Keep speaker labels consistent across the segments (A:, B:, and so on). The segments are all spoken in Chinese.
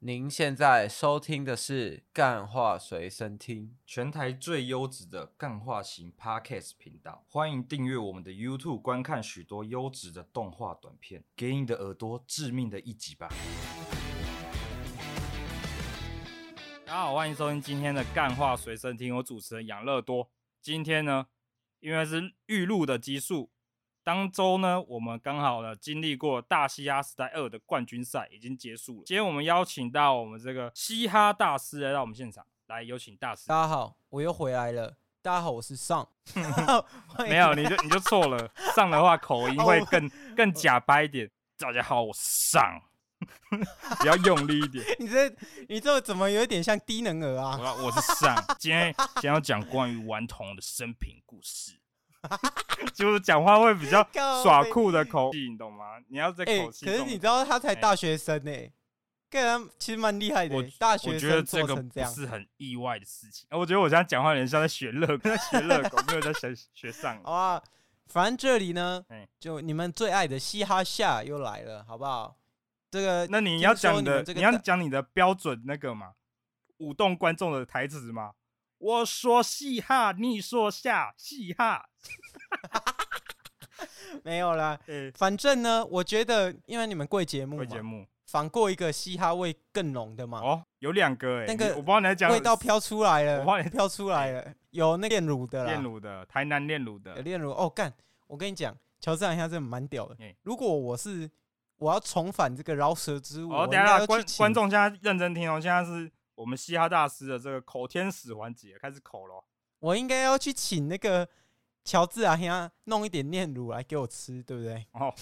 A: 您现在收听的是《干话随身听
B: 全台最优质的干化型 Podcast 频道，欢迎订阅我们的 YouTube，观看许多优质的动画短片，给你的耳朵致命的一击吧！大家好，欢迎收听今天的干话随身听，我主持人养乐多。今天呢，因为是预录的集数，当周呢，我们刚好呢经历过大嘻哈时代二的冠军赛已经结束了。今天我们邀请到我们这个嘻哈大师来到我们现场，来有请大师。
C: 大家好，我又回来了。大家好，我是上。 欢迎
B: 没有，你就你就错了。上的话口音
C: 哦
B: 会
C: 我
B: 更更假掰一点。大家好，我上， 比较用力一点。
C: 你这你这怎么有一点像低能儿
B: 我
C: 啊？
B: 要我是上，今天今天要讲关于顽童的生平故 事，就是讲话会比较
C: 靠
B: 耍
C: 北
B: 酷的口气，你懂吗？你要这
C: 哎、
B: 口
C: 可
B: 气
C: 是
B: 懂吗。
C: 你知道他才
B: 哎
C: 大学生呢、欸，个人其实蛮厉害的欸、
B: 我
C: 大
B: 我
C: 学
B: 觉得
C: 生
B: 这
C: 做
B: 个
C: 成这
B: 不
C: 样，
B: 是很意外的事情。哎我觉得我现在讲话有点像在学乐，在学乐狗，没有在学学上。
C: 好啊。反正这里呢
B: 哎，
C: 就你们最爱的嘻哈夏又来了，好不好？这个
B: 那你
C: 听
B: 要
C: 说
B: 讲
C: 你
B: 的
C: 们，这
B: 你
C: 个
B: 要
C: 大
B: 讲你的标准那个嘛，舞动观众的台词嘛。我说嘻哈，你说下嘻哈。
C: 没有啦。
B: 呃，
C: 反正呢，我觉得因为你们贵节目
B: 哎贵节
C: 嘛，
B: 目
C: 仿过一个嘻哈味更浓的嘛，
B: 哦，有两个哎，
C: 那
B: 你
C: 个
B: 我不知道你在讲
C: 味道飘出来
B: 我
C: 了
B: 怕你，
C: 飘出来了，有那炼乳的啦，
B: 炼乳的，台南炼乳
C: 有
B: 的，
C: 炼乳哦，干！我跟你讲，乔治一下真的蛮屌的
B: 哎。
C: 如果我是我要重返这个饶舌之舞，我
B: 哦，
C: 应
B: 等一
C: 该
B: 下
C: 要
B: 观
C: 去请
B: 观众现在认真听哦，现在是我们嘻哈大师的这个口天使环节开始口 咯。
C: 我应该要去请那个乔治阿兄弄一点炼乳来给我吃，对不对？
B: 哦，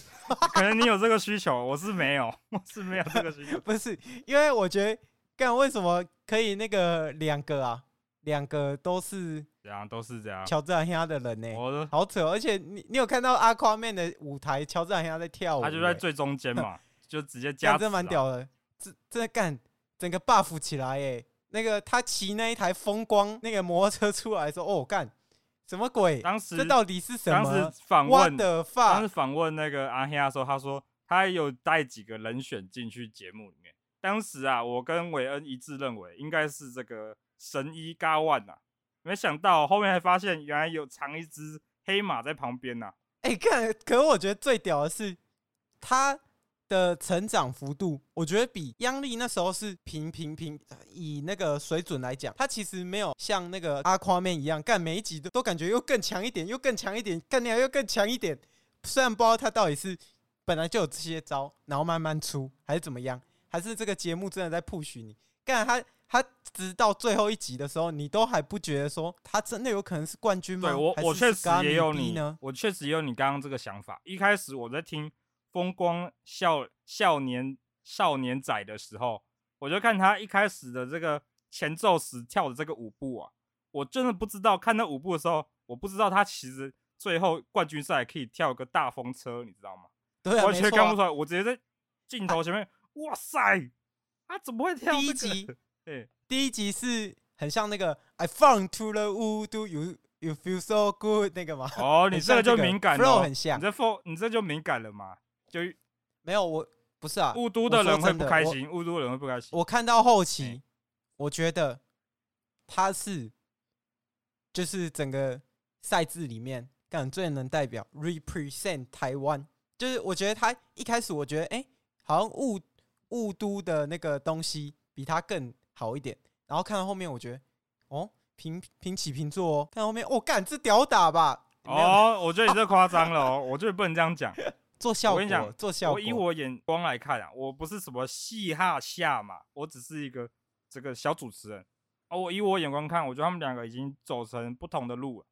B: 可能你有这个需求，我是没有， 我是没有这个 需求。
C: 不是，因为我觉得干为什么可以那个两个啊，两个都是
B: 这样都是这样，
C: 乔治阿兄的人呢、
B: 我都
C: 好扯哦！而且你你有看到阿夸妹的舞台，乔治阿兄在跳舞欸、
B: 他就在最中间 嘛，就直接加
C: 讲
B: 持啊，
C: 真蛮屌的，这这干整个 buff 起来耶！那个他骑那一台风光那个摩托车出来的时候，哦干，什么鬼？
B: 当时
C: 这到底是什
B: 当
C: 么
B: 时访问
C: 的
B: 当
C: 发
B: 时？访问那个阿黑亚的时候，他说他有带几个人选进去节目里面。当时啊，我跟韦恩一致认为应该是这个神医嘎万呐、啊，没想到后面还发现原来有藏一只黑马在旁边啊呐、
C: 哎干！可我觉得最屌的是他的成长幅度，我觉得比央丽那时候是平平平，以那个水准来讲，他其实没有像那个阿夸面一样，干每一集都都感觉又更强一点，又更强一点，干掉又更强一点。虽然不知道他到底是本来就有这些招，然后慢慢出，还是怎么样，还是这个节目真的在 push 你？干他他直到最后一集的时候，你都还不觉得说他真的有可能是冠军吗？
B: 对我
C: 还，是
B: 我确实
C: Scott
B: 也有
C: Maybe
B: 你
C: 呢。，
B: 我确实也有你刚刚这个想法。一开始我在听《风光少少年少年仔》的时候，我就看他一开始的这个前奏时跳的这个舞步啊，我真的不知道看那舞步的时候，我不知道他其实最后冠军赛可以跳个大风车，你知道吗？
C: 对啊，
B: 完
C: 没
B: 全
C: 错
B: 看
C: 啊
B: 不出来，我直接在镜头前面，哇塞，他怎么会跳、这个？
C: 第 一集
B: 对，
C: 第一集是很像那个 I found to the woo do you you feel so good 那个吗？
B: 哦，你这
C: 很像
B: 个就
C: 这个
B: 敏感
C: flow
B: 了、哦，
C: 很像
B: 你这 flow，你这就敏感了嘛？就
C: 没有，我不是啊，
B: 雾都
C: 我
B: 的
C: 说
B: 人会
C: 真
B: 不
C: 的
B: 开
C: 我
B: 心，雾都的人会不开心。
C: 我看到后
B: 哎
C: 期，我觉得他是就是整个赛制里面，感最能代表 represent 台湾。就是我觉得他一开始，我觉得哎、诶好像雾雾都的那个东西比他更好一点，然后看到后面，我觉得哦平平起平坐哦，看到后面哦干这屌打吧，没有
B: 哦，我觉得你 这夸张了哦，我觉得不能这样讲。
C: 做效
B: 我跟你
C: 果
B: 讲
C: 做 效
B: 我
C: 果，
B: 以我眼光来看啊，我不是什么嘻哈下嘛，我只是一个这个小主持人。哦，我以我眼光看，我觉得他们两个已经走成不同的路了。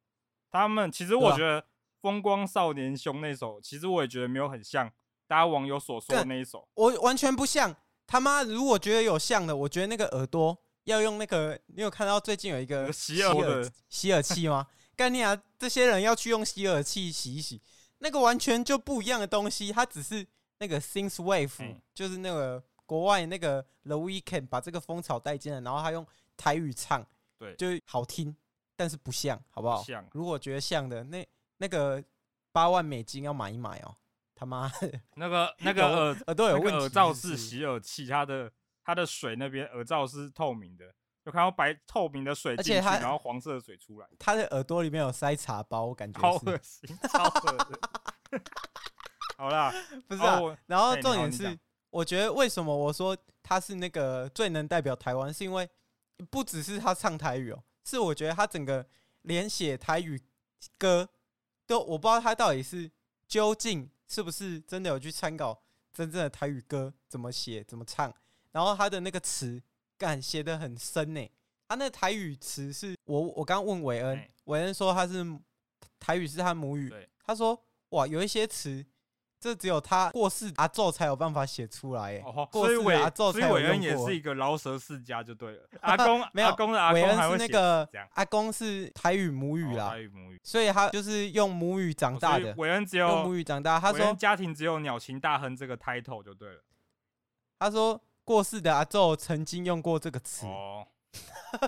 B: 他们其实我
C: 对啊
B: 觉得《风光少年兄》那首，其实我也觉得没有很像大家网友所说的
C: 干
B: 那一首。
C: 我完全不像。他妈，如果觉得有像的，我觉得那个耳朵要用那个，你有看到最近有一
B: 那
C: 个
B: 个洗耳的
C: 洗耳器吗？ 干你啊！这些人要去用洗耳器洗一洗，那个完全就不一样的东西。它只是那个 synth wave，、
B: 嗯
C: 就是那个国外那个 The Weeknd 把这个风潮带进来，然后他用台语唱，
B: 对
C: 就是好听，但是不像，好不好？
B: 不像
C: 如果觉得像的，那那个八万美金要买一买哦，他妈
B: 那个那个呃
C: 有
B: 耳
C: 耳朵有
B: 那
C: 问
B: 个
C: 题是不是，
B: 耳罩式洗耳器，它的它的水那边耳罩是透明的，就看到白透明的水
C: 而
B: 进
C: 且
B: 去，
C: 它
B: 然后黄色的水出来，
C: 他的耳朵里面有塞茶包，我感觉
B: 超
C: 是
B: 恶心，超恶心。好啦，
C: 不是啊
B: 哦我？
C: 然后
B: 哎
C: 重
B: 你好
C: 点
B: 你
C: 是
B: 讲，
C: 我觉得为什么我说他是那个最能代表台湾，是因为不只是他唱台语哦，是我觉得他整个连写台语歌都，我不知道他到底是究竟是不是真的有去参考真正的台语歌怎么写、怎么唱，然后他的那个词感写的很深呢。他那台语词是我我刚问韦恩
B: 哎，
C: 韦恩说他是台语是他母语
B: 对，
C: 他说哇有一些词这只有他过世阿宙才有办法写出来耶。欸
B: 哦，
C: 过
B: 所以
C: 世
B: 韦
C: 的阿宙
B: 所以
C: 才有
B: 韦恩也
C: 用过啊
B: 是。一个饶舌世家就 对了。阿公
C: 没有
B: 阿公的阿
C: 韦
B: 公
C: 恩
B: 还会
C: 是
B: 写
C: 那个
B: 这样
C: 阿公是台语母语
B: 哦
C: 啦
B: 台，语母语
C: 所以他就是用母语长
B: 哦
C: 大
B: 所以
C: 的，
B: 韦恩只
C: 用母
B: 有
C: 语长大。他
B: 韦恩
C: 说
B: 家庭只有鸟禽大亨这个 title 就对了。
C: 他说过世的阿宙曾经用过这个词，
B: 哦，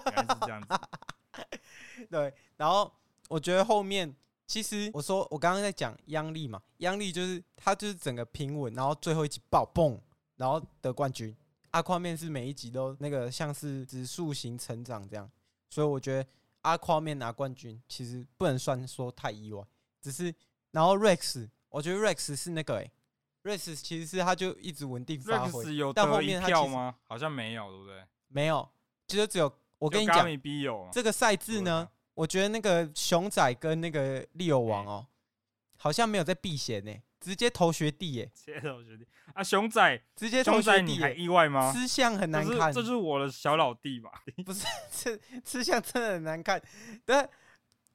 B: 原来是这样子。
C: 对，然后我觉得后面其实我说我刚刚在讲央丽嘛，央丽就是他就是整个平稳，然后最后一集爆蹦，然后得冠军。阿夸面是每一集都那个像是指数型成长这样，所以我觉得阿夸面拿冠军其实不能算说太意外，只是然后 Rex，我觉得 Rex 是那个诶、Rex 其实是他就一直稳定发
B: Rex
C: 挥，
B: 有
C: 但后
B: 得一
C: 面他
B: 票
C: 其实
B: 吗？好像没有，对不对？
C: 没有，其实只有我
B: 我
C: 跟你讲，
B: ，B 有
C: 这个赛
B: 啊
C: 制呢，我觉得那个熊仔跟那个利友王哦，
B: 哎
C: 好像没有在避嫌呢、直接投学弟耶、
B: 切头学弟啊，熊仔，
C: 直接投
B: 熊
C: 学
B: 仔，
C: 弟
B: 你
C: 耶、
B: 还意外吗？
C: 吃相很
B: 这
C: 难
B: 是
C: 看，
B: 这是我的小老弟嘛？
C: 不是吃吃相真的很难看，但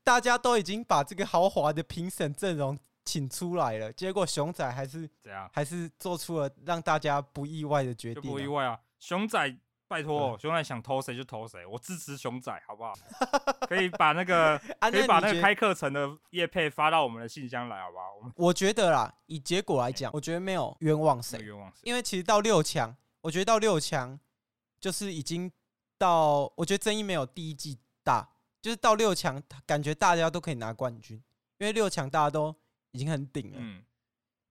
C: 大家都已经把这个豪华的评审阵容请出来了，结果熊仔还是
B: 怎样？
C: 还是做出了让大家不意外的决
B: 就
C: 定、
B: 不意。外啊！熊仔，拜托哦，熊仔想偷谁就偷谁，我支持熊仔，好不 好？可以把那个
C: 啊，
B: 可以把
C: 你
B: 那
C: 觉
B: 个开课程的叶配发到我们的信箱来，好不好？我们
C: 我觉得啦，以结果来讲，我觉得没有冤枉谁嗯
B: 没有，冤枉谁？
C: 因为其实到六强，我觉得到六强就是已经到，我觉得争议没有第一季大，就是到六强感觉大家都可以拿冠军，因为六强大家都已经很顶了。
B: 嗯，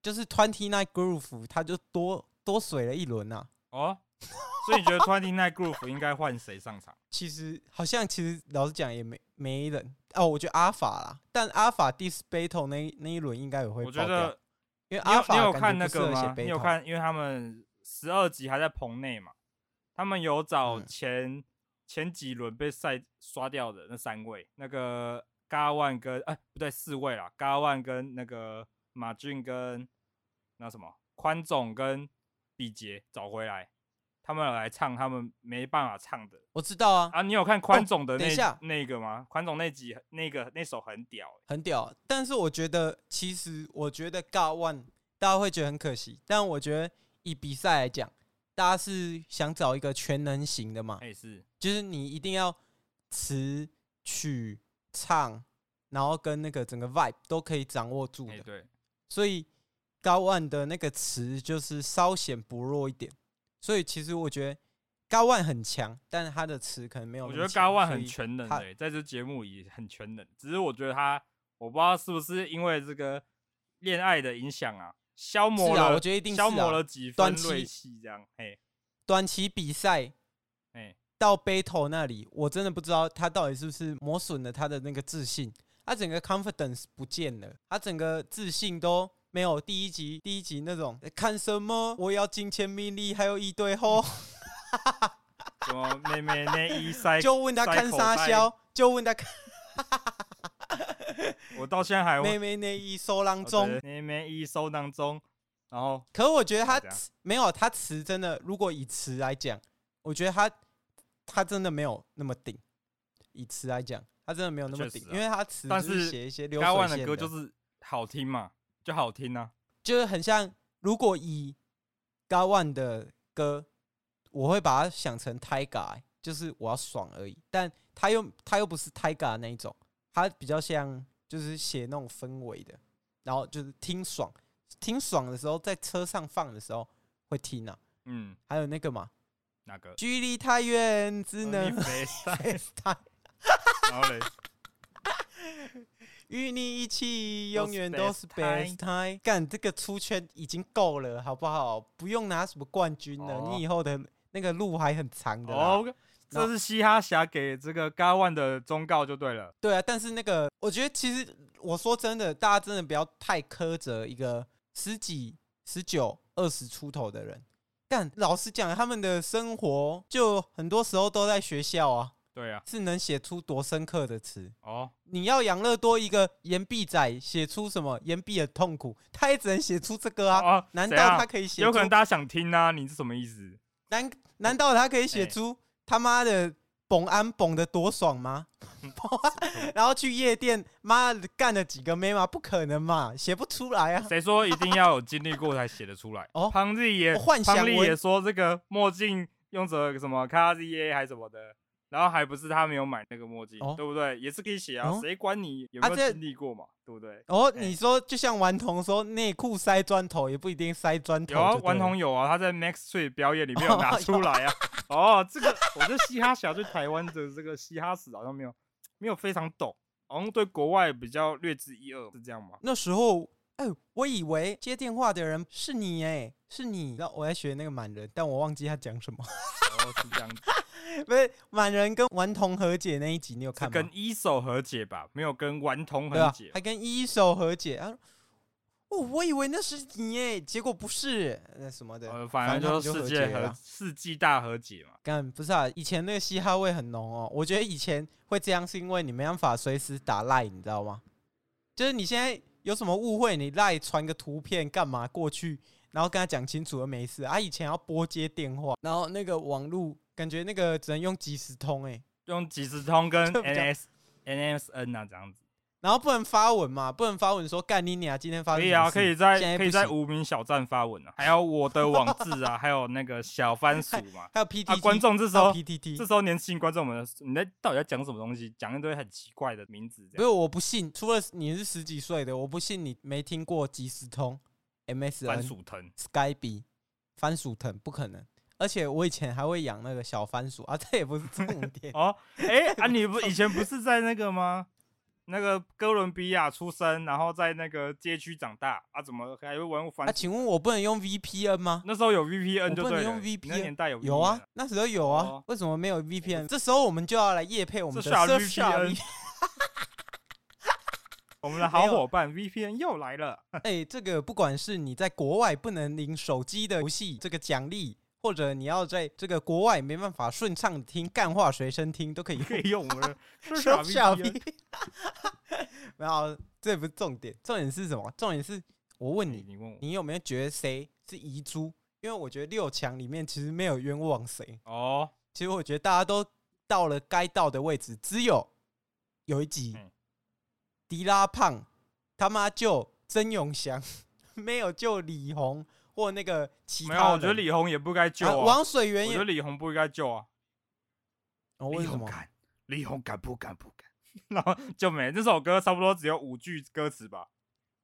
C: 就是 Twenty Nine Groove 他就多多水了一轮啊呐、
B: 哦，所以你觉得 Twenty Nine Group 应该换谁上场？
C: 其实好像其实老实讲也没没人哦，我觉得阿法啦，但阿法 Dis Battle 那一那一轮应该也 会
B: 我
C: 爆
B: 觉
C: 掉，
B: 得
C: 因为
B: 你
C: 阿
B: 有
C: 法
B: 你有
C: 感觉
B: 看那
C: 不适
B: 个
C: 合写
B: 吗？你有
C: battle
B: 看，因为他们十二集还在棚内嘛，他们有找
C: 嗯
B: 前、前几轮被赛刷掉的那三位，那个嘎万跟哎、不对四位啦，嘎万跟那个马俊跟那什么宽总跟比杰找回来，他们有来唱他们没办法唱的
C: 我知道啊，
B: 啊。你有看宽总的
C: 等一
B: 那、
C: 下
B: 那个吗？宽总那集那个那首很屌、欸，
C: 很屌。但是我觉得，其实我觉得 God One 大家会觉得很可惜，但我觉得以比赛来讲，大家是想找一个全能型的嘛，
B: 那也是
C: 就是你一定要词曲唱，然后跟那个整个 vibe 都可以掌握住
B: 哎、
C: 的。
B: 对，
C: 所以 God One 的那个词就是稍显薄弱一点。所以其实我觉得 God One 很强，但是他的词可能没有
B: 我
C: 那
B: 觉
C: 么
B: 得
C: 强。
B: 嘎万
C: 所
B: 很
C: 以
B: 全能的、
C: 他
B: 欸，在这节目里很全能。只是我觉得他，我不知道是不是因为这个恋爱的影响啊，消磨
C: 是
B: 了，
C: 啊我觉得一定
B: 消
C: 是
B: 磨
C: 啊
B: 了几分
C: 短
B: 锐
C: 期
B: 气这样。嘿，
C: 短期比赛
B: 哎，
C: 到 battle 那里，我真的不知道他到底是不是磨损了他的那个自信，他整个 confidence 不见了，他整个自信都没有第一集第一集那种呃看什么，我要金钱命利，还有一 堆吼，
B: 什么妹妹那一塞，
C: 就问他
B: 塞
C: 看
B: 口
C: 啥
B: 袋
C: 销，就问他看
B: 哎我到现在还
C: 妹
B: 会哦
C: 妹内衣收囊中。
B: 妹妹一收当中，然后
C: 可我觉得他
B: 这样
C: 词没有他词真的，如果以词来讲，我觉得他他真的没有那么顶。以词来讲，他真的没有那么
B: 确
C: 顶，
B: 实啊
C: 因为他词
B: 但
C: 就是写一些流
B: 嘎
C: 水
B: 万
C: 线
B: 的歌就是好听嘛，就好听啊。
C: 就是很像，如果以 g a w a n 的歌，我会把它想成 Tiger，欸就是我要爽而已。但他又他又不是 Tiger 那一种，他比较像就是写那种氛围的，然后就是听爽，听爽的时候在车上放的时候会听啊。
B: 嗯，
C: 还有那个嘛，
B: 哪个？
C: 距离太远，只能
B: 肥塞，
C: FaceTime
B: 然后嘞，
C: 与你一起，
B: 都
C: 永远
B: 是
C: 都是
B: best
C: best time。干这个出圈已经够了，好不好？不用拿什么冠军了，
B: 哦
C: 你以后的那个路还很长的啦。
B: 哦，
C: 然
B: 这
C: 后
B: 是嘻哈侠给这个 g a w a n 的忠告就对了。
C: 对啊，但是那个，我觉得其实我说真的，大家真的不要太苛责一个十几、十九、二十出头的人。但老实讲，他们的生活就很多时候都在学校啊，
B: 对啊，
C: 是能写出多深刻的词？
B: 哦，
C: 你要养乐多一个岩壁仔写出什么岩壁的痛苦，他也只能写出这个啊。
B: 哦，
C: 难
B: 怎
C: 道
B: 样
C: 他可以写
B: 有
C: 出
B: 可？能大家想听啊？你是什么意思？
C: 难难道他可以写
B: 哎
C: 出他妈的蹦安蹦的多爽吗？
B: 嗯
C: 然后去夜店，妈的干了几个妹嘛？不可能嘛，写不出来啊！
B: 谁说一定要有经历过才写得出来？
C: 哦
B: 潘丽也
C: 我幻想
B: 潘丽
C: 文
B: 也说这个墨镜用着什么 KZA 还什么的，然后还不是他没有买那个墨镜，
C: 哦
B: 对不对？也是可以写啊
C: 哦，
B: 谁、管你有
C: 啊
B: 没有
C: 这
B: 经历过嘛，对不对？
C: 哦，
B: 哎
C: 你说就像顽童说内裤塞砖头，也不一定塞砖头
B: 有啊
C: 就，对
B: 顽童
C: 了
B: 有啊，他在 Max Tree 表演里面有 拿出来啊。哦，这个我这嘻哈侠对台湾的这个嘻哈史好像没有没有非常懂，好像对国外比较略知一二，是这样吗？
C: 那时候，哎，我以为接电话的人是你，哎，是你。然后我在学那个满人，但我忘记他讲什么。
B: 哦，是这样子，
C: 不是满人跟顽童和解那一集，你有
B: 是
C: 看吗？
B: 跟一手和解吧，没有跟顽童
C: 对
B: 和
C: 啊
B: 解，。
C: 还跟一手和解啊。哦，我以为那是你耶，结果不是，那什么的，
B: 呃，反正
C: 他们
B: 就是世
C: 和
B: 界
C: 解啊了
B: 和
C: 啦。
B: 世纪大和解嘛。
C: 干不是啊，以前那个嘻哈味很浓哦。我觉得以前会这样，是因为你没办法随时打赖，你知道吗？就是你现在有什么误会，你赖传个图片干嘛过去，然后跟他讲清楚了没事啊。以前要拨接电话，然后那个网络感觉那个只能用即时通哎，
B: 用即时通 跟
C: 就比较
B: NS NSN 啊这样子，
C: 然后不能发文嘛，不能发文说干你娘，今天发
B: 可
C: 生
B: 以
C: 什么
B: 啊，
C: 事
B: 可以
C: 现
B: 在
C: 在
B: 可以
C: 不
B: 在
C: 行
B: 无名小站发文啊，还有我的网志 啊，还有那个小番薯嘛。
C: 还有 PTT、
B: 啊，观众这时
C: 到
B: 候
C: PTT，
B: 这时候年轻观众们，你在到底在讲什么东西？讲一堆很奇怪的名字，这
C: 不
B: 样。
C: 是，我不信，除了你是十几岁的，我不信你没听过即时通、
B: 番
C: MSN、
B: 薯藤
C: Skype、番薯藤，不可能。而且我以前还会养那个小番薯啊， 这也不是重点。
B: 哦，哎啊，你不以前不是在那个吗？那个哥伦比亚出生，然后在那个街区长大啊，怎么还会玩
C: 啊，
B: 番薯？
C: 请问我不能用 VPN 吗？
B: 那时候有 VPN
C: 我
B: 就
C: 不
B: 对
C: 能
B: 了，
C: 用
B: 你那
C: VPN
B: 年代有
C: 有
B: VPN
C: 啊，那时候有啊，
B: 哦
C: 为什么没有 VPN？这时候我们就要来夜配
B: 啊
C: 我们的
B: Surfshark
C: Surfshark
B: VPN
C: VPN
B: 我们的好伙伴 VPN 又来了，
C: 哎，这个不管是你在国外不能领手机的游戏这个奖励，或者你要在这个国外没办法顺畅地听干话随身听，都可以用
B: 可 以用我们的是
C: 说
B: 傻
C: 小
B: VPN。
C: 屁， 没有，啊这不是重点，重点是什么？重点是我问
B: 你
C: 你，
B: 你问我
C: 你有没有觉得谁是遗珠？因为我觉得六强里面其实没有冤枉谁，
B: 哦，
C: 其实我觉得大家都到了该到的位置，只有有一集
B: 嗯，
C: 迪拉胖他妈救曾永祥，没有救李红或那个其
B: 没有，啊
C: 他
B: 我觉得
C: 人。
B: 李红也不该救
C: 啊
B: 啊，
C: 王水源
B: 我
C: 也
B: 觉得，李红不应该救啊，
C: 哦为什么？
B: 敢，李红敢不敢不敢？ 然后就没这首歌，差不多只有五句歌词吧，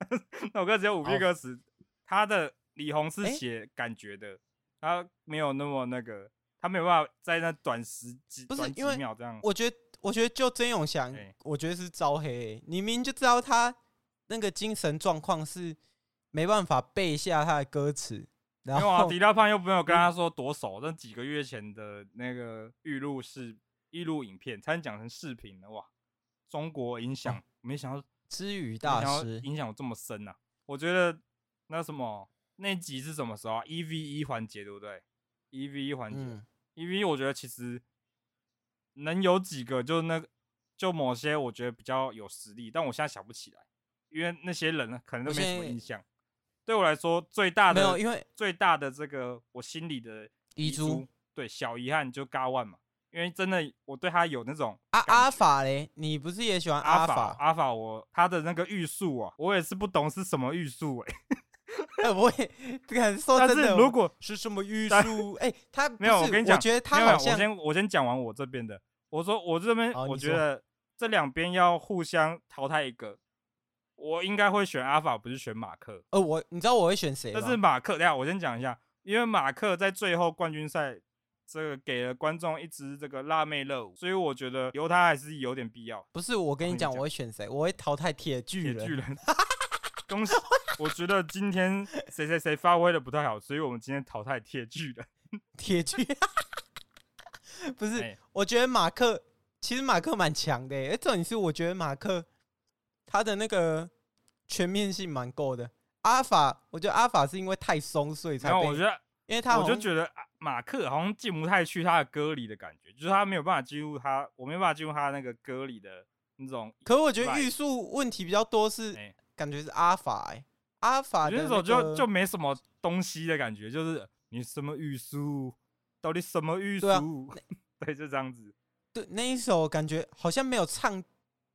B: 那首歌只有五句
C: 好
B: 歌词，他的李红是
C: 哦诶
B: 写感觉的，他没有那么那个，他没有办法在那短时几
C: 不是
B: 短几
C: 因为
B: 秒这样，
C: 我觉得，我觉得就曾永祥
B: 哎，
C: 我觉得是招黑欸、你明明就知道他那个精神状况是没办法背下他的歌词，然
B: 没有啊，
C: 后嗯
B: 迪拉胖又没有跟他说多熟，那几个月前的那个预录是预录影片，才能讲成视频了哇！中国影
C: 哦
B: 响，没想到
C: 知语
B: 没
C: 大
B: 想到
C: 师
B: 影响我这么深啊！我觉得那什么那集是什么时候啊？E V 一环节对不对？E V 一环节、
C: 嗯，
B: e V 我觉得其实能有几个，就那个就某些我觉得比较有实力，但我现在想不起来，因为那些人呢可能都
C: 我
B: 没什么
C: 现在
B: 印象。对我来说，最大
C: 没
B: 的
C: 有，因为
B: 最大的这个我心里的
C: 遗珠
B: 珠，对小遗憾就嘎万嘛，因为真的我对他有那种
C: 阿
B: 感
C: 阿法嘞，你不是也喜欢
B: 阿
C: 阿
B: 法
C: 法？
B: 阿法我他的那个玉术啊，我也是不懂是什么玉术哎、
C: 哎，我也，这个说
B: 但
C: 真
B: 是
C: 的，
B: 如果
C: 是什么玉
B: 但
C: 术？哎，他
B: 没有
C: 不是
B: 我跟你讲
C: 我觉得
B: 没
C: 他
B: 有
C: 好
B: 我
C: 像
B: 先我先讲完我这边的，我说我这边
C: 好
B: 我
C: 你
B: 觉
C: 说
B: 得这两边要互相淘汰一个，我应该会选阿法，不是选马克。
C: 呃，我你知道我会选谁吗？
B: 但是马克，等一下我先讲一下，因为马克在最后冠军赛这个给了观众一支这个辣妹热舞，所以我觉得留他还是有点必要。
C: 不是我跟
B: 我跟
C: 你
B: 你
C: 讲，
B: 讲
C: 我会选谁？我会淘汰铁
B: 铁
C: 巨
B: 巨
C: 人。
B: 人， 恭喜！我觉得今天谁谁谁发挥的不太好，所以我们今天淘汰铁巨人。
C: 铁具，不是，
B: 哎
C: 我觉得马克其实马克蛮强的耶，哎，重点是我觉得马克他的那个全面性蛮够的。阿法，我觉得阿法是因为太松，所以才
B: 然后
C: 被
B: 我觉得，
C: 因为他
B: 我
C: 好
B: 就
C: 像
B: 觉得啊马克好像进不太去他的歌里的感觉，就是他没有办法进入他，我没有办法进入他那个歌里的那种。
C: 可我觉得
B: Right
C: 玉树问题比较多是，
B: 哎
C: 感觉是阿法、欸，阿法
B: 我觉
C: 的
B: 得那
C: 那
B: 首就
C: 个
B: 就没什么东西的感觉，就是你什么玉书，到底什么玉书？
C: 对啊
B: 对，就这样子。
C: 对那一首感觉好像没有唱，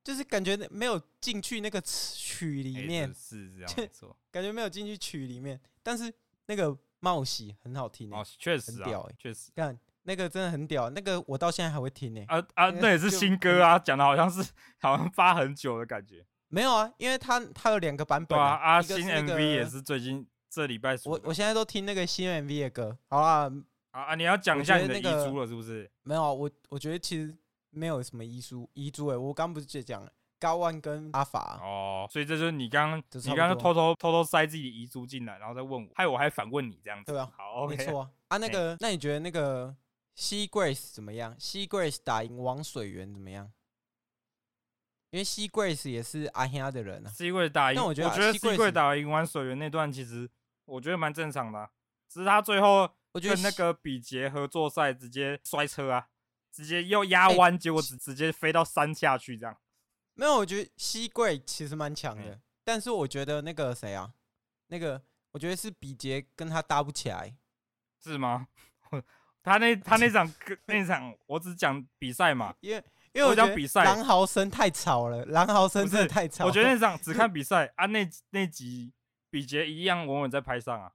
C: 就是感觉没有进去那个词曲里
B: 哎
C: 面，
B: 这是这样
C: 切
B: 没错。
C: 感觉没有进去曲里面，但是那个冒喜很好听、欸，
B: 哦，确实
C: 很屌
B: 啊
C: 欸，
B: 确实
C: 干那个真的很屌，那个我到现在还会听呢、欸
B: 啊啊，
C: 那
B: 那也是
C: 就
B: 新歌啊，讲的好像是 好像发很久的感觉。
C: 没有啊，因为他他有两个版
B: 对
C: 本
B: 啊，啊，
C: 一个
B: 新
C: 那个
B: MV 也。是最近这礼拜出
C: 我
B: 的。
C: 我现在都听那个新 MV 的歌，好啦，
B: 啊啊，你要讲
C: 我
B: 一下
C: 觉
B: 你
C: 得
B: 的遗
C: 那个
B: 珠了是不是？
C: 没有啊，我我觉得其实没有什么遗书遗珠诶、我刚不是就讲了高万跟阿法啊、
B: 哦，所以这就是你刚刚
C: 这差
B: 你
C: 不
B: 刚刚
C: 多
B: 偷偷偷偷塞自己的遗珠进来，然后再问我，害我还反问你这样子。
C: 对啊
B: 好，OK，
C: 没错 啊。啊那
B: 哎
C: 个，那你觉得那个 C Grace 怎么样？C Grace 打赢王水源怎么样？因为 C Grace 也是阿黑的人啊，
B: C 位打赢，
C: 但
B: 我
C: 我觉得啊
B: 得
C: C
B: C
C: 位
B: 位
C: 是
B: 打赢完水源那段，其实我觉得蛮正常的啊、只是他最后
C: 我觉得
B: 跟那
C: C-
B: 个比杰合作赛直接摔车啊，直接又压
C: 哎
B: 弯，结果直直接飞到山下去这样。
C: 没有，我觉得 C Grace 其实蛮强的
B: 嗯，
C: 但是我觉得那个谁啊，那个我觉得是比杰跟他搭不起来。
B: 是吗？ 他那他那场那场，我只讲比赛嘛，
C: 因为
B: 我
C: 觉
B: 讲
C: 得
B: 比赛
C: 狼嚎声太吵了，狼嚎声
B: 不
C: 真的
B: 是
C: 太吵了。
B: 我觉得那 场只看比赛啊，那那集比杰一样稳稳在拍上啊，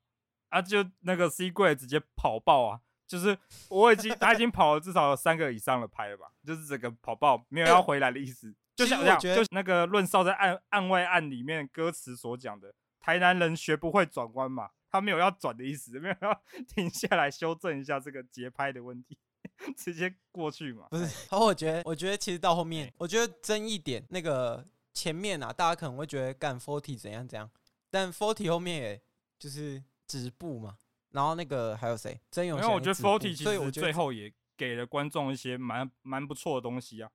B: 啊就那个 C 柜直接跑爆啊，就是我已经他已经跑了至少有三个以上的拍了吧，就是整个跑爆没有要回来的意思，就
C: 其实
B: 像这
C: 我
B: 样，
C: 觉得
B: 就那个论少在案案外案里面歌词所讲的，台南人学不会转弯嘛，他没有要转的意思，没有要停下来修正一下这个节拍的问题， 直接过去嘛，
C: 不是， 然后我觉得，我觉得其实到后面
B: 哎，
C: 我觉得争议点那个前面啊，大家可能会觉得干 Forty 怎样怎样，但 Forty 后面也就是止步嘛，然后那个还有谁？曾永
B: 因
C: 贤
B: 为
C: 也
B: 我觉得
C: 止步
B: Forty 其
C: 所以我
B: 实
C: 觉得
B: 最，后也给了观众一些蛮蛮不错的东西啊。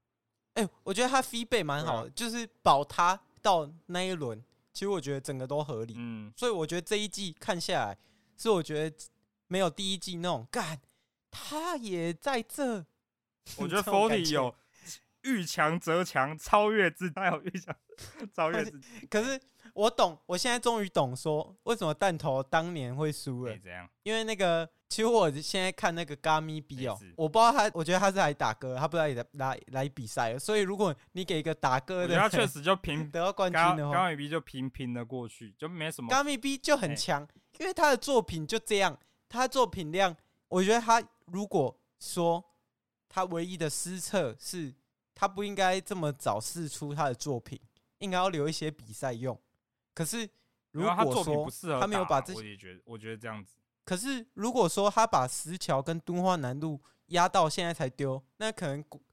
C: 哎、我觉得他 feedback 蛮好的，就是保他到那一轮，其实我觉得整个都合理，
B: 嗯，
C: 所以我觉得这一季看下来，是我觉得没有第一季那种干，他也在这，
B: 我觉得
C: 这种感
B: Forty
C: 觉
B: 有遇强则强，超越自己，他有遇强超越自己，
C: 可是我懂，我现在终于懂说为什么弹头当年会输了
B: 哎，，这样
C: 因为那个其实我现在看那个 g a m i B 哦
B: 类似，
C: 我不知道他，我觉得他是来打歌，他不知道也来来来比赛了，所以如果你给一个打歌
B: 我觉
C: 的
B: 得
C: 人，
B: 他确 实就平，
C: 得到冠军
B: 刚
C: 的
B: 刚
C: 话
B: 刚 B 就平平的过去，就没什么
C: g。a m i B 就很
B: 哎
C: 强，因为他的作品就这样，他的作品量，我觉得他如果说他唯一的失策是，他不应该这么早试出他的作品，应该要留一些比赛用。可是如
B: 然后他
C: 果
B: 啊作品
C: 说
B: 不适合打，啊
C: 他没有把这
B: 我也觉得，我觉得这样子，
C: 可是如果说他把石桥跟敦化南路压到现在才丢，那可能观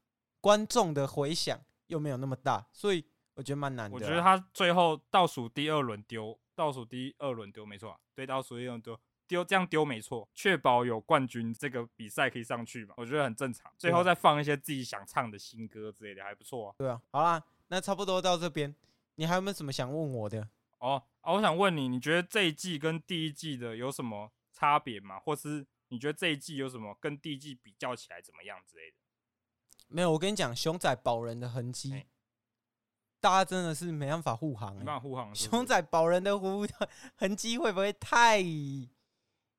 C: 观众的回响又没有那么大，所以我觉得蛮难的啊。
B: 我觉得他最后倒数第二轮丢，倒数第二轮丢没错啊、对，倒数第二轮丢。丢这样丢没错，确保有冠军这个比赛可以上去嘛，我觉得很正常。最后再放一些自己想唱的新歌之类的，还不错啊。
C: 啊对啊，好啦，那差不多到这边，你还有没有什么想问我的？
B: 哦、啊，我想问你，你觉得这一季跟第一季的有什么差别吗？或是你觉得这一季有什么跟第一季比较起来怎么样之类的？
C: 没有，我跟你讲，熊仔保人的痕迹，
B: 哎
C: 大家真的是没办法护航、
B: 没
C: 欸。
B: 办法护航是不是
C: 熊仔保人的护痕迹会不会太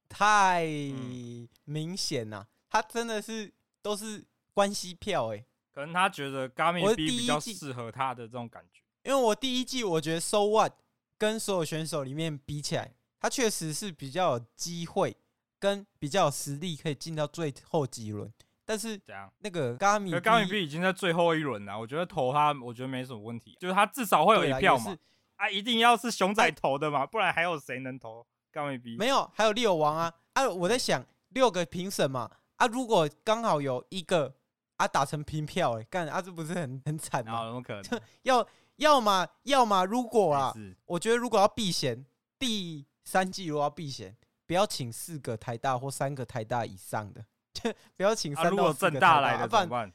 C: 太
B: 嗯
C: 明显呐、他真的是都是关系票哎、
B: 可能他觉得 Gami
C: 我的
B: B
C: 第一
B: 比较
C: 季
B: 适合他的这种感觉。
C: 因为我第一季我觉得 So What 跟所有选手里面比起来，他确实是比较有机会跟比较有实力可以进到最后几轮，但是
B: 这样，
C: 那个 Gami
B: 可 Gami B 已经在最后一轮了，我觉得投他，我觉得没什么问题，啊就是他至少会有
C: 对
B: 一
C: 啦
B: 票
C: 也
B: 嘛
C: 是。哎
B: 啊，一定要是熊仔投的嘛，不然还有谁能投 Gami B？
C: 没有，还有六王啊啊！我在想六个评审嘛啊，如果刚好有一个啊打成平票、欸，哎，干啊这不是很很惨
B: 然后
C: 吗？
B: 有没有可能？
C: 要要么要么如果啊，
B: 是
C: 我觉得如果要避嫌，第三季如果要避嫌，不要请四个台大或三个台大以上的，就不要请
B: 啊，
C: 三
B: 如
C: 到
B: 果
C: 四
B: 正
C: 个台
B: 大来
C: 大。
B: 的
C: 啊
B: 怎么
C: 不
B: 办？
C: 然
B: 哎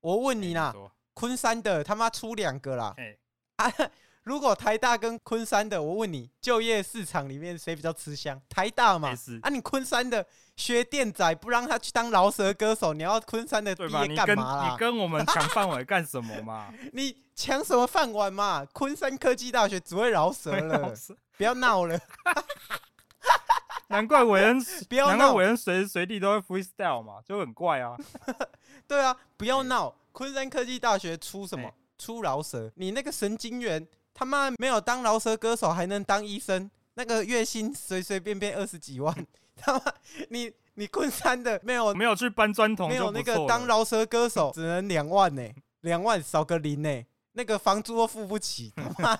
C: 我问你啦，
B: 说
C: 昆山的他妈出两个啦
B: 哎，
C: 啊！如果台大跟昆山的，我问你，就业市场里面谁比较吃香？台大嘛
B: 也是，
C: 啊，你昆山的薛店仔不让他去当饶舌歌手，你要昆山的毕
B: 对吧？
C: 业
B: 你
C: 干
B: 跟
C: 嘛啦
B: 你？跟我们抢饭碗干什 么嘛？
C: 你抢什么饭碗嘛？昆山科技大学只会饶 舌了，不要闹了。
B: 难怪韦恩，
C: 不要
B: 难怪
C: 闹
B: 韦恩随时随地都会 freestyle 嘛，就很怪 啊。
C: 对啊，不要闹！昆山科技大学出什么？
B: 哎
C: 出饶舌！你那个神经元他妈没有当饶舌歌手，还能当医生？那个月薪随随便便二十几万， 他妈你你昆山的没有
B: 没有去搬砖桶
C: 没
B: 就
C: 有
B: 不
C: 那
B: 错
C: 个
B: 了
C: 当饶舌 歌手只能两万呢、两万少个零呢、那个房租都付不 起， 他妈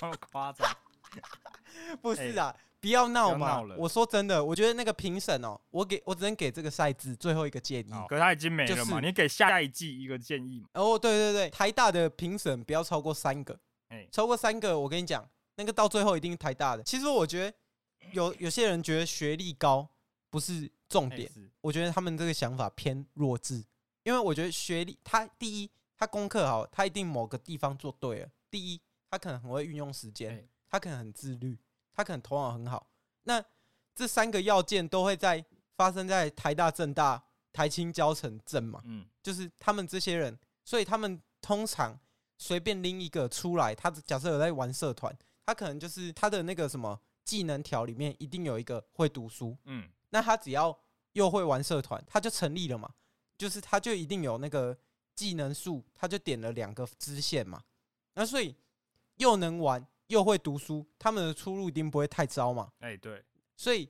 B: 那么夸 张。
C: 不是啊！不要闹
B: 哎不要
C: 嘛
B: 闹！了
C: 我说真的，我觉得那个评审哦，我给我只能给这个赛制最后一个建议。
B: 好哦可他已经没
C: 就
B: 了嘛，
C: 是
B: 你给下一季一个建议嘛。
C: 哦，对对对，台大的评审不要超过三个，
B: 哎
C: 超过三个，我跟你讲，那个到最后一定是台大的。其实我觉得有有些人觉得学历高不是重
B: 哎
C: 点，
B: 是
C: 我觉得他们这个想法偏弱智，因为我觉得学历，他第一，他功课好，他一定某个地方做对了。第一，他可能很会运用时间
B: 哎，
C: 他可能很自律，他可能头脑很好。那这三个要件都会在发生在台大、政大、台青、交城、政嘛。
B: 嗯，
C: 就是他们这些人，所以他们通常随便拎一个出来，他假设有在玩社团，他可能就是他的那个什么技能条里面一定有一个会读书，
B: 嗯，
C: 那他只要又会玩社团，他就成立了嘛，就是他就一定有那个技能数，他就点了两个支线嘛，那所以又能玩又会读书，他们的出路一定不会太糟嘛，
B: 哎、对，
C: 所以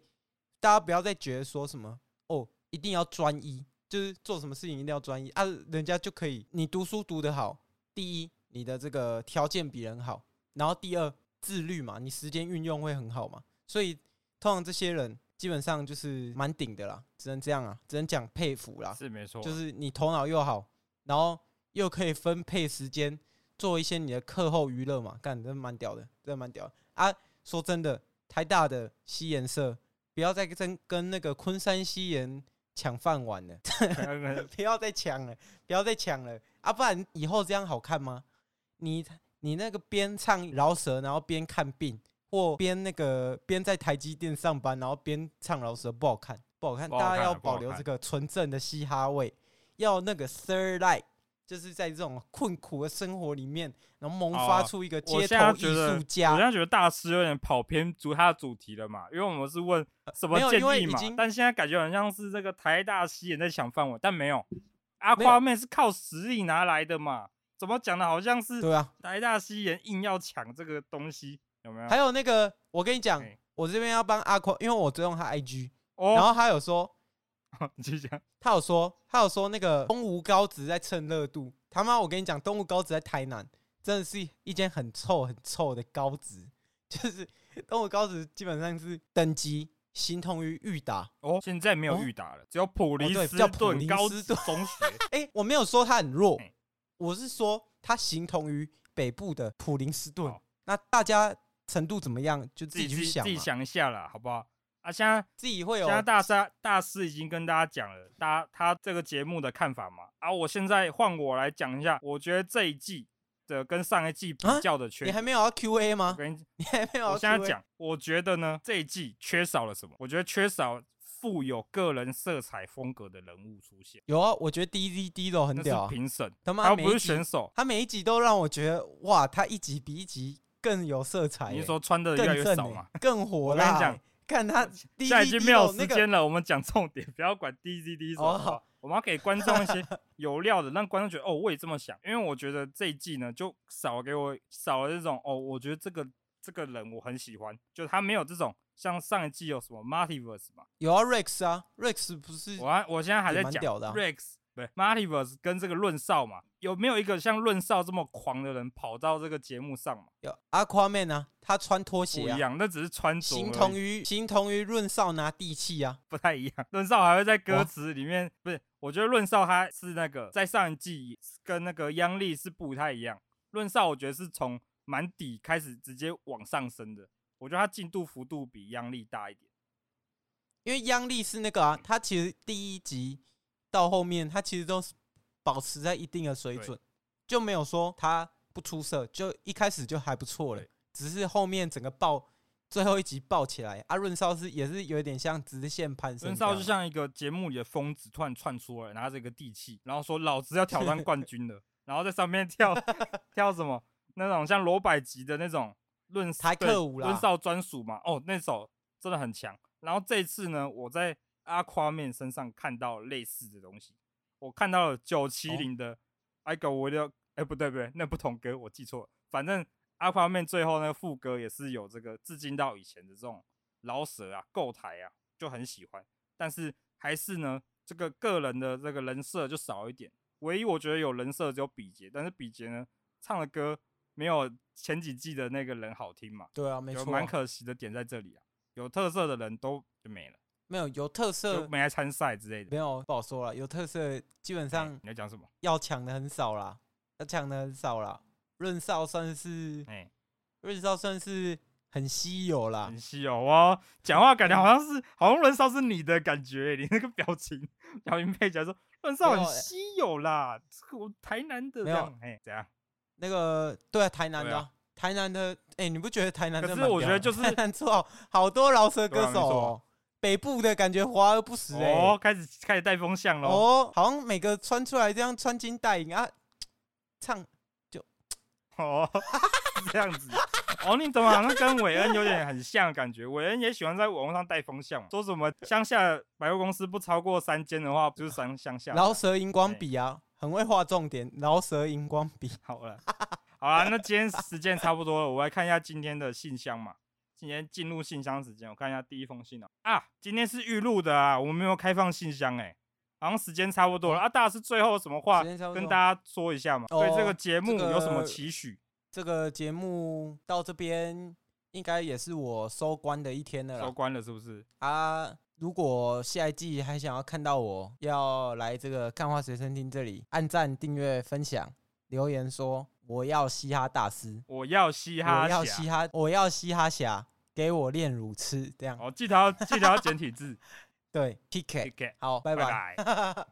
C: 大家不要再觉得说什么哦，一定要专一，就是做什么事情一定要专一啊，人家就可以。你读书读得好，第一，你的这个条件比人好，然后第二，自律嘛，你时间运用会很好嘛。所以通常这些人基本上就是蛮顶的啦，只能这样啊，只能讲佩服啦。
B: 是没错，
C: 啊
B: 啊
C: 就是你头脑又好，然后又可以分配时间做一些你的课后娱乐嘛，干，真蛮屌的，真的蛮屌的啊！说真的，台大的西研社不要再跟跟那个昆山西研抢饭碗了， 不要再抢了，不要再抢了啊！不然以后这样好看吗？你你那个边唱饶舌，然后边看病，或边那个边在台积电上班，然后边唱饶舌，不好看，不好看。
B: 不好看啊
C: 大家要
B: 不好
C: 保留
B: 看
C: 这个纯正的嘻哈味，要那个 sir life，就是在这种困苦的生活里面，然后萌发
B: 哦
C: 出一个
B: 我
C: 街
B: 现在
C: 头艺
B: 觉得
C: 术
B: 我现
C: 家。
B: 在觉得大师有点跑偏主他的主题了嘛，因为我们是问什么
C: 呃没有
B: 建
C: 因为
B: 议
C: 已
B: 嘛
C: 经，
B: 但现在感觉好像是这个台大西人在想范围，但没有，阿
C: 没有
B: 夸妹是靠实力拿来的嘛，怎么讲的好像是
C: 对啊，
B: 台大西人硬要抢这个东西，有没有？
C: 还有那个，我跟你讲
B: 哎，
C: 我这边要帮阿宽，因为我追踪他 IG，然
B: 哦，
C: 后他有说，
B: 你继续讲，
C: 他有说，他有说那个东吴高职在蹭热度。他妈，我跟你讲，东吴高职在台南，真的是一间很臭很臭的高职， 就是东吴高职基本上是等级形同于裕达。
B: 哦，现在没有
C: 哦
B: 预打了，只有普林
C: 对
B: 斯
C: 叫普
B: 顿
C: 林
B: 高
C: 斯
B: 职
C: 顿
B: 中 学，
C: 哎、我没有说他很弱
B: 哎，
C: 我是说他形同于北部的普林斯顿
B: 好。
C: 那大家程度怎么样，就
B: 自
C: 自
B: 己
C: 己去
B: 去哦
C: 想
B: 自己
C: 嘛，
B: 想一下啦，好不好？啊，现在
C: 自己会有
B: 现在大三大师已经跟大家讲了，大他这个节目的看法嘛。啊，我现在换我来讲一下，我觉得这一季的跟上一季比
C: 啊
B: 较的缺
C: 你
B: 点。
C: 还没有要 Q A
B: 我
C: 吗？
B: 跟你，
C: 你还没有要 Q A？
B: 我现在讲，我觉得呢，这一季缺少了什么？我觉得缺少富有个人色彩风格的人物出现，
C: 有啊，我觉得 D D D 都很
B: 那
C: 屌、啊
B: 是，评审，
C: 他妈
B: 他
C: 每
B: 不是
C: 一集
B: 选手。
C: 他每一集都让我觉得哇，他一集比一集更有色彩、
B: 你
C: 欸，
B: 是说穿的越来
C: 更
B: 越
C: 正、
B: 少
C: 欸
B: 嘛？、
C: 更火
B: 我跟
C: 啦、
B: 你讲，
C: 看他
B: 现在已经没有时
C: 哦那个
B: 间了，我们讲重点，不要管 D Z D 什
C: 哦
B: 么。好不好我们要给观众一些有料的，让观众觉得哦，我也这么想。因为我觉得这一季呢，就少给我少了这种哦，我觉得这个这个人我很喜欢，就他没有这种像上一季有什么 Multiverse 嘛，
C: 有啊，Rex 啊，Rex 不是
B: 我还我现在还在
C: 也蛮
B: 讲
C: 屌的啊
B: Rex 不是 Multiverse 跟这个论少嘛，有没有一个像论少这么狂的人跑到这个节目上嘛？
C: 有 Aquaman 啊，他穿拖
B: 不
C: 鞋
B: 一
C: 啊，
B: 样，那只是穿着
C: 形
B: 而已
C: 同于形同于润少拿地气啊，
B: 不太一样。 论少还会在歌
C: 哇
B: 词里面，不是？我觉得论少他是那个在上一季跟那个央丽是不太一样。论少我觉得是从满底开始直接往上升的，我觉得他进度幅度比央丽大一点。
C: 因为央丽是那个啊，他其实第一集到后面，他其实都是保持在一定的水准，就没有说他不出色，就一开始就还不错了
B: 对，
C: 只是后面整个爆最后一集爆起来，啊，润少是也是有一点像直线攀升这样，
B: 孙少就像一个节目里的疯子，突然窜出来，拿着一个地契，然后说老子要挑战冠军了，然后在上面跳跳什么那种像罗百吉的那种论
C: 台
B: 对
C: 客舞啦
B: 论少专属嘛。哦，那首真的很强。然后这一次呢，我在阿夸面身上看到类似的东西，我看到了九
C: 哦
B: 七零的《I Go w i t 哎、不对不对，那不同歌，我记错了。反正阿夸面最后那个副歌也是有这个致敬到以前的这种饶舌啊、够台啊，就很喜欢。但是还是呢，这个个人的这个人设就少一点。唯一我觉得有人设只有比杰，但是比杰呢唱的歌没有前几季的那个人好听嘛，
C: 对啊，没
B: 有
C: 错
B: 蛮
C: 啊，
B: 可惜的点在这里啊。有特色的人都就没了，
C: 没有有特
B: 就
C: 色，
B: 没来参赛之类的。
C: 没有不好说了，有特色基本上
B: 哎你要讲什么？
C: 要抢的很少啦，要抢的很少啦，润少算是
B: 哎，
C: 润少算是很稀有啦，
B: 很稀有哦，讲话感觉好像是好像轮少是你的感觉，欸你那个表情表情配起来说轮少
C: 没
B: 很
C: 有哎
B: 稀有啦，这个我台南的这
C: 没有
B: 样，哎，怎样？
C: 那个对啊，台南
B: 对
C: 的啊、
B: 啊
C: 台南的，哎、你不觉得台南的
B: 可
C: 蛮
B: 是
C: 屌的？
B: 我觉得就是
C: 台南出好好多饶舌
B: 对啊
C: 歌
B: 没
C: 手、
B: 错
C: 哦，北部的感觉华而不实哎、
B: 哦，开始开始带风向喽。
C: 哦，好像每个穿出来这样穿金戴银啊，唱
B: 哦， 是这样子。哦，你怎么好像跟韦恩有点很像的感觉？韦恩也喜欢在网络上带风向嘛，说什么乡下百货公司不超过三间的话，不就是乡乡下？
C: 饶舌荧
B: 欸
C: 光笔啊，很会画重点，饶舌荧光笔。
B: 好了，好了，那今天时间差不多了，我来看一下今天的信箱嘛。今天进入信箱时间，我看一下第一封信哦、啊，今天是预录的啊，我们没有开放信箱哎、好像时间差不多了啊。大师最后有什么话
C: 时间差不多
B: 跟大家说一下嘛？对这
C: 哦
B: 个节目有什么
C: 个
B: 期许？
C: 这个节目到这边应该也是我收官的一天了
B: 收
C: 啦
B: 官了是不是？
C: 啊！如果下一季还想要看到我，要来这个干话随身听这里按赞、订阅、分享、留言说我要嘻哈大师，
B: 我要嘻哈侠，
C: 我要嘻哈，我要嘻哈侠，给我炼乳吃，这样
B: 哦，记得要记得要简体字
C: 对 k i k
B: ，OK，
C: 哎好，拜拜。
B: 拜。